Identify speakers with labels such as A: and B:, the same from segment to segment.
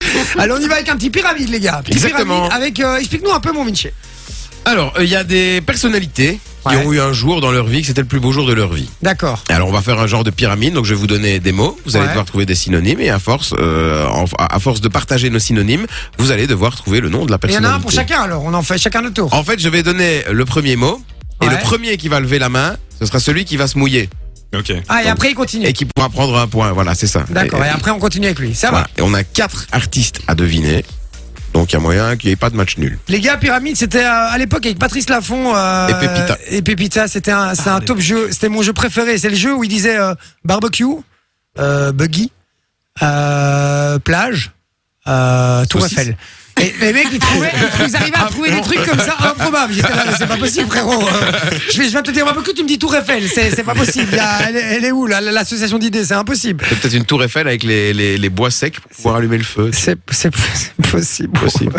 A: Allez, on y va avec un petit pyramide, les gars. Petit
B: Exactement.
A: pyramide avec. euh, Explique-nous un peu, mon Vinci.
B: Alors, il y a des personnalités qui
A: Ouais.
B: ont eu un jour dans leur vie que c'était le plus beau jour de leur vie.
A: D'accord.
B: Alors, on va faire un genre de pyramide. Donc, je vais vous donner des mots. Vous allez
A: Ouais.
B: devoir trouver des synonymes et à force, euh, en- à à force de partager nos synonymes, vous allez devoir trouver le nom de la
A: Il y en
B: personnalité. Oh.
A: a un pour chacun, alors. On en fait chacun notre tour.
B: En fait, je vais donner le premier mot et
A: Ouais.
B: le premier qui va lever la main, ce sera celui qui va se mouiller
C: Ok.
A: Ah, et après, il continue.
B: et qui pourra prendre un point. Voilà, c'est ça.
A: D'accord. Et après, on continue avec lui. Ça va.
B: Voilà. Et on a quatre artistes à deviner. Donc, il y a moyen qu'il n'y ait pas de match nul.
A: Les gars, Pyramide, c'était euh, à l'époque avec Patrice Laffont euh,
B: Et Pépita.
A: Et Pépita, c'était un, c'est un top jeu. C'était mon jeu préféré. C'est le jeu où il disait euh, barbecue, euh, buggy, euh, plage, euh, Tour
B: Saucisse.
A: Eiffel. Et les mecs, ils, trouvaient, ils arrivaient à trouver des trucs comme ça improbables. J'étais là, mais c'est pas possible, frérot. Euh, je, vais- je viens de te dire barbecue, tu me dis Tour Eiffel. C'est, c'est pas possible. Il y a- elle, est- elle est où, là, l'association d'idées C'est impossible.
B: C'est peut-être une tour Eiffel avec les, les, les bois secs pour pouvoir allumer le feu.
A: C'est, c'est, c'est possible.
B: Possible.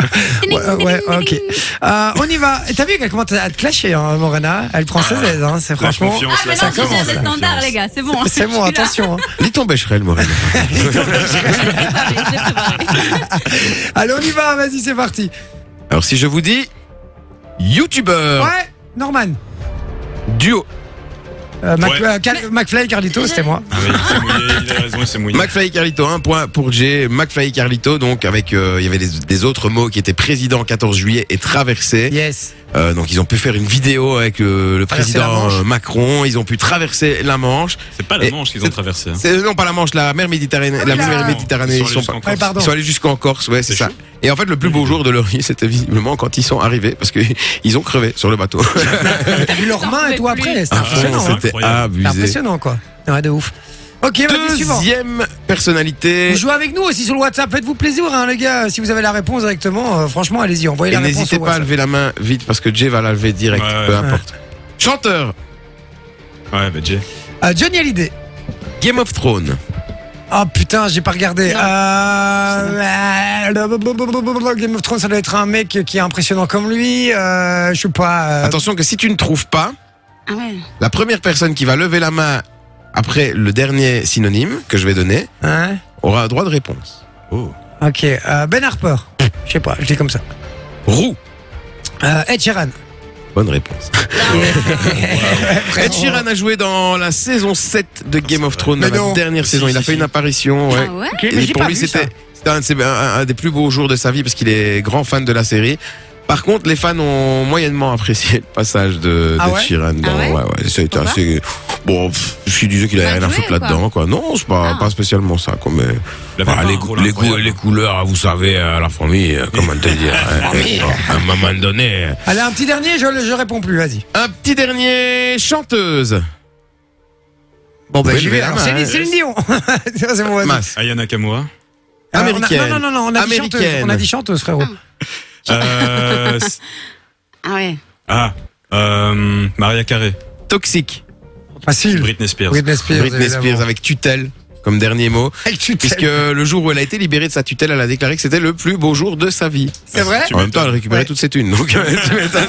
A: Ouais, euh, ouais, ok. Euh, on y va. Et T'as vu qu'elle commence à te clasher, hein, Morena. Elle prend ses aises, hein, c'est
C: La
A: franchement.
C: confiance,
D: Ah, mais
C: la
D: non, je
A: commence,
D: gère
A: la
D: les standards, les gars, c'est bon.
A: C'est bon,
D: Je suis là.
A: attention. hein.
B: Dis ton Becherel, Maureen.
D: J'ai préparé.
A: Allez, on y va, vas-y, c'est parti.
B: Alors, si je vous dis YouTuber,
A: Ouais, Norman.
B: duo,
A: Euh, Mac-
C: Ouais.
A: euh, Cal- McFly et Carlito, c'était moi.
C: Ah oui, il s'est mouillé, il a raison, il s'est mouillé.
B: McFly et Carlito, un point pour Jay, McFly et Carlito, donc avec, euh, il y avait des, des autres mots qui étaient président 14 juillet et traversé.
A: Yes.
B: Euh, donc ils ont pu faire une vidéo avec euh, le
A: Traverser Ah, la
B: président
A: Manche.
B: euh, Macron, ils ont pu traverser la Manche.
C: C'est pas la
B: Et-
C: manche qu'ils ont traversée. hein.
B: C'est non pas la Manche, la mer Méditerranée, la
A: Ah, là.
B: mer Méditerranée, ils
C: allés
B: sont pas-
C: jusqu'en
A: Ouais,
C: Corse.
A: pardon.
B: Ils sont allés jusqu'en Corse, ouais, c'est
C: C'est
B: ça.
C: chaud.
B: Et en fait, le plus beau jour de leur vie, c'était visiblement quand ils sont arrivés, parce que ils ont crevé sur le bateau.
A: T'as vu leurs
D: J'en
A: mains et
D: pouvais
A: tout
D: plus.
A: après, c'était
C: Ah,
A: impressionnant. hein.
C: c'est
B: C'était
C: incroyable.
A: C'est
B: abusé.
A: impressionnant, quoi. Ouais, de ouf. Ok, vas-y, suivant.
B: Deuxième personnalité.
A: Vous jouez avec nous aussi sur le WhatsApp. Faites-vous plaisir, hein, les gars. Si vous avez la réponse directement, euh, franchement, allez-y, envoyez
B: Et
A: la réponse.
B: n'hésitez
A: au
B: pas à
A: WhatsApp.
B: lever la main vite parce que Jay va la lever direct,
C: Ouais,
B: peu
C: ouais.
B: importe. Chanteur,
C: Ouais, bah Jay.
A: Euh, Johnny Hallyday.
B: Game of Thrones,
A: Ah putain, j'ai pas regardé. Euh, euh, Game of Thrones, ça doit être un mec qui est impressionnant comme lui. Euh, je sais pas. euh,
B: attention que si tu ne trouves pas,
D: Ah ouais.
B: la première personne qui va lever la main après le dernier synonyme que je vais donner
A: hein
B: aura un droit de réponse.
A: ok. euh, ben Harper. Je sais pas, je dis comme ça.
B: Roux,
A: Euh, Ed Sheeran.
B: bonne réponse. Ed Sheeran a joué dans la saison 7 de Game of Thrones,
A: Mais
B: dans la
A: non.
B: dernière
C: Si,
B: saison. Il a
C: si,
B: fait
C: si.
B: une apparition. ouais.
D: Ah ouais
A: Ok, mais
B: Et
A: j'ai
B: pour
A: pas
B: lui,
A: vu ça.
B: c'était c'était un, de ses- un- un des plus beaux jours de sa vie parce qu'il est grand fan de la série. Par contre, les fans ont moyennement apprécié le passage de,
A: Ah
B: d'Ed
A: ouais
B: Sheeran. dans-
D: Ah ouais
B: c'était
D: Pourquoi
B: assez- Bon, pff, je suis disais qu'il avait
D: Mal
B: rien à
D: joué
B: foutre
D: ou
B: là-dedans, quoi. Non, c'est pas,
D: Ah.
B: pas spécialement ça, quoi. Mais
C: Il avait
B: voilà,
C: pas
B: Ah, les,
C: un rôle
B: les goûts,
C: incroyable.
B: les couleurs, vous savez, euh, la famille, euh, comment te dire. hein, À un moment donné.
A: Allez, un petit dernier, je, je réponds plus, vas-y.
B: Un petit dernier, chanteuse.
A: Bon,
B: ben,
A: ben,
B: j'y vais, hein,
A: Céline,
B: hein.
A: Céline Dion. C'est bon, vas-y.
B: Masse.
C: Aya Nakamura.
A: Euh, on a-
B: Américaine.
A: non, non, non, on a dit chanteuse.
B: Américaine. Mm.
A: On a dit chanteuse, frérot.
C: Euh, s-
D: Ah ouais.
C: ah, euh, Maria Carré.
B: Toxique.
A: Facile.
C: Britney Spears.
A: Britney Spears.
B: Britney Spears
A: évidemment.
B: avec tutelle comme dernier mot.
A: Elle tue tellement.
B: Puisque le jour où elle a été libérée de sa tutelle, elle a déclaré que c'était le plus beau jour de sa vie.
A: C'est vrai
C: Tu
B: En même temps, elle récupérait
A: Ouais.
B: toutes ses thunes. Donc, euh, tu m'étonnes.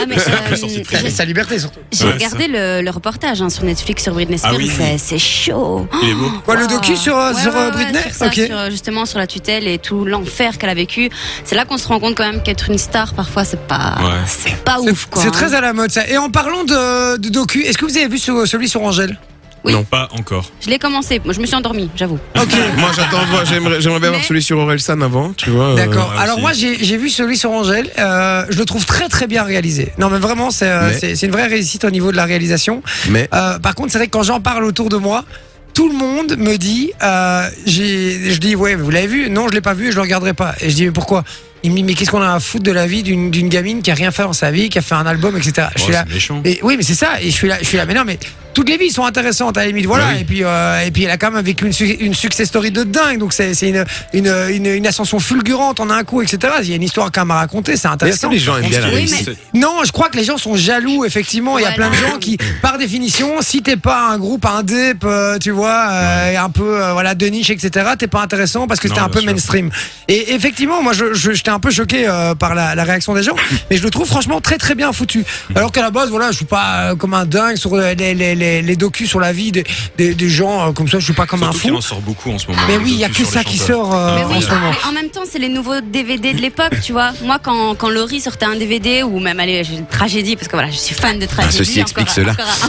D: Ah mais euh,
C: sorti très
D: j'ai-
A: Sa liberté, surtout.
D: j'ai
C: Ouais,
D: regardé le, le reportage hein, sur Netflix sur Britney
C: Ah
D: Spears.
C: oui.
D: c'est- C'est chaud.
C: Il est beau.
A: Quoi, le
D: Wow.
A: docu sur, euh,
D: Ouais,
A: sur
D: ouais,
A: euh,
D: ouais,
A: Britney
D: sur ça,
A: Ok.
D: sur, euh, justement sur la tutelle et tout l'enfer qu'elle a vécu. C'est là qu'on se rend compte quand même qu'être une star parfois c'est pas
C: Ouais.
D: c'est pas
A: C'est-
D: ouf quoi.
A: C'est
D: hein.
A: très à la mode ça. Et en parlant de, de docu, est-ce que vous avez vu ce- celui sur Angèle
D: Oui.
C: Non, pas encore.
D: hein. Je l'ai commencé, moi je me suis endormie, j'avoue.
A: Ok.
B: Moi, j'attends de voir. J'aimerais j'aimerais bien
D: Mais-
B: voir celui sur Orelsan avant, tu vois. euh,
A: D'accord.
C: ouais,
A: Alors
C: aussi.
A: moi j'ai j'ai vu celui sur Angèle. Euh, je le trouve très très bien réalisé. Non mais vraiment c'est euh,
B: Mais-
A: c'est- c'est une vraie réussite au niveau de la réalisation.
B: Mais
A: Euh, par contre c'est vrai que quand j'en parle autour de moi, tout le monde me dit, euh, j'ai- je dis ouais vous l'avez vu Non je l'ai pas vu et je le regarderai pas. Et je dis mais pourquoi Il me dit mais qu'est-ce qu'on a à foutre de la vie d'une d'une gamine qui a rien fait dans sa vie, qui a fait un album etc. Je
C: Oh,
A: suis là.
C: c'est
B: Mm.
C: méchant.
A: Et oui, mais c'est ça. Et je suis là, je suis là. Mais non, mais toutes les vies sont intéressantes à la limite. Voilà.
C: Bah oui.
A: Et puis, euh, et puis, elle a quand même vécu une, suc- une success story de dingue. Donc, c'est c'est une, une, une, une ascension fulgurante en un coup, etc. Il y a une histoire quand même à raconter. C'est
B: mais est-ce que
A: intéressant.
B: les gens aiment bien la
D: Oui, mais-
B: réussite
A: Non, je crois que les gens sont jaloux, effectivement. Il y a
D: Ouais,
A: plein de
D: non.
A: gens qui, par définition, si t'es pas un groupe, un dip, euh, tu vois, euh, un peu euh, voilà, de niche, etc., t'es pas intéressant parce que
C: Non,
A: t'es un
C: bien
A: peu
C: sûr.
A: mainstream. Et effectivement, moi, je, je, je j'étais un peu choqué euh, par la, la réaction des gens, mais je le trouve franchement très très bien foutu. Alors qu'à la base, voilà, je suis pas euh, comme un dingue sur les, les, les, les, les docus sur la vie des, des, des gens euh, comme ça, je suis pas comme
C: Surtout qu'il
A: un
C: en
A: fou.
C: sort beaucoup en ce moment.
A: Mais
C: les
A: oui, il y a que
C: docus sur
A: ça
C: les
A: qui
C: chanteurs.
A: sort euh,
D: Mais
C: Ah,
D: oui,
A: en
C: oui.
A: ce moment.
D: mais en même temps, c'est les nouveaux DVD de l'époque, tu vois. Moi, quand, quand Laurie sortait un DVD, ou même, allez, j'ai une tragédie, parce que voilà, je suis fan de tragédie.
B: ceci explique cela.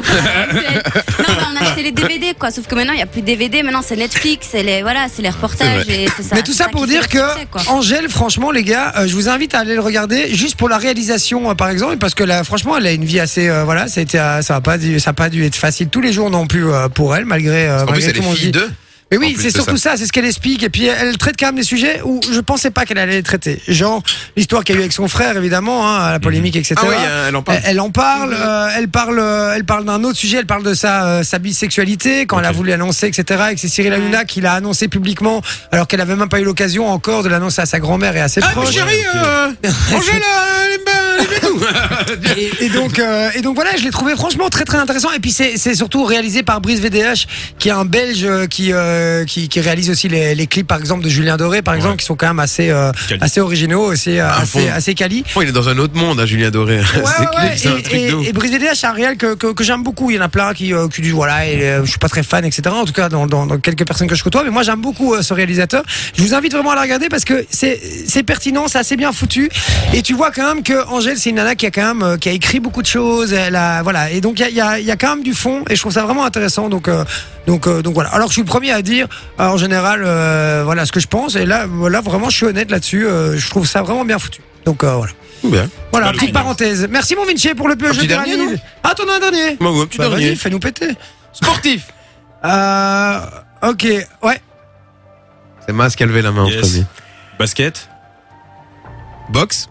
D: non, mais on achetait les DVD, quoi. Sauf que maintenant, il n'y a plus de DVD, maintenant, c'est Netflix, c'est les, voilà, c'est les reportages, et c'est ça.
A: Mais tout
D: c'est
A: ça pour
D: qui
A: dire
D: fait
A: que
D: le succès, quoi.
A: Angèle, franchement, les gars, euh, je vous invite à aller le regarder juste pour la réalisation, euh, par exemple, parce que là, franchement, elle a une vie assez, euh, voilà, ça a été, euh, ça a pas dû, ça a pas dû être facile tous les jours non plus euh, pour elle, malgré. euh,
B: En plus,
A: malgré
B: elle
A: tout mon
B: est fille
A: dit.
B: d'eux.
A: Mais
B: En
A: oui,
B: plus
A: c'est
B: de
A: surtout ça, c'est ce qu'elle explique. Et puis elle traite quand même des sujets où je pensais pas qu'elle allait les traiter. Genre l'histoire qu'il y a eu avec son frère, évidemment, hein, la polémique, etc.
B: Ah oui, euh, elle en parle.
A: Elle- Elle en parle, euh, elle parle, euh, elle parle d'un autre sujet. Elle parle de sa, euh, sa bisexualité quand elle a
C: Ok.
A: voulu annoncer, etc. Et que c'est Cyril Hanouna qui l'a annoncé publiquement, alors qu'elle avait même pas eu l'occasion encore de l'annoncer à sa grand-mère et à ses
B: Ah, mais
A: proches.
B: chérie, euh, Angèle, euh, elle aime bien- elle aime bien tout.
A: Et, et donc, euh, et donc voilà, je l'ai trouvé franchement très très intéressant. Et puis c'est c'est surtout réalisé par Brice VDH, qui est un Belge euh, qui euh, qui, qui réalise aussi les, les clips, par exemple, de Julien Doré, par exemple, qui sont quand même assez euh,
C: Quali.
A: assez originaux, assez euh,
B: Ah,
A: assez,
B: bon.
A: assez quali.
B: Oh, il est dans un autre monde, hein, Julien Doré.
A: Ouais,
B: C'est
A: ouais,
B: clip, c'est un
A: ouais.
B: truc
A: Et,
B: de ouf.
A: et, et Brice VDH, c'est un réel que, que, que j'aime beaucoup. Il y en a plein qui, euh, qui disent voilà, et, euh, je suis pas très fan, etc. En tout cas, dans, dans, dans quelques personnes que je côtoie, mais moi j'aime beaucoup euh, ce réalisateur. Je vous invite vraiment à la regarder parce que c'est c'est pertinent, c'est assez bien foutu. Et tu vois quand même que Angèle, c'est une nana qui a quand même euh, qui a écrit beaucoup de choses. Elle a voilà, et donc il y a, il y, a, il y a quand même du fond. Et je trouve ça vraiment intéressant. Donc euh, donc euh, donc voilà. Alors que je suis le premier à dire euh, en général euh, voilà ce que je pense. Et là voilà vraiment, je suis honnête là-dessus. Euh, je trouve ça vraiment bien foutu. Donc euh, voilà.
B: Bien.
A: Voilà,
C: Pas le
A: petite
C: premier.
A: parenthèse. Merci mon Vinci pour le plus
B: Un
A: jeu
B: petit
A: de la
B: dernier,
A: nuit.
B: non
A: Ah, t'en as un dernier
B: Bon, ouais, un petit
A: Bah,
B: dernier.
A: Vas-y, fais-nous péter.
B: Sportif.
A: Euh, ok, ouais.
B: C'est Mas qui a levé la main en
C: Yes.
B: premier.
C: Basket.
B: Boxe,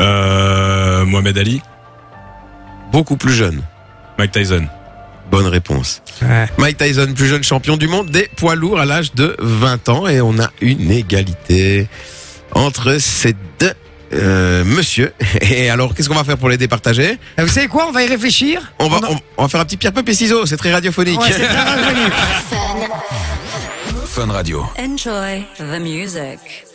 C: Euh, Mohamed Ali.
B: beaucoup plus jeune.
C: Mike Tyson.
B: Bonne réponse. Mike Tyson, plus jeune champion du monde des poids lourds à l'âge de 20 ans. Et on a une égalité entre ces deux euh, monsieur. Et alors, qu'est-ce qu'on va faire pour les départager
A: Euh, Vous savez quoi On va y réfléchir.
B: on va,
A: On a-
B: on, on va faire un petit pierre, papier, ciseaux. C'est très radiophonique.
A: Ouais, c'est bien revenu.
E: Enjoy the music.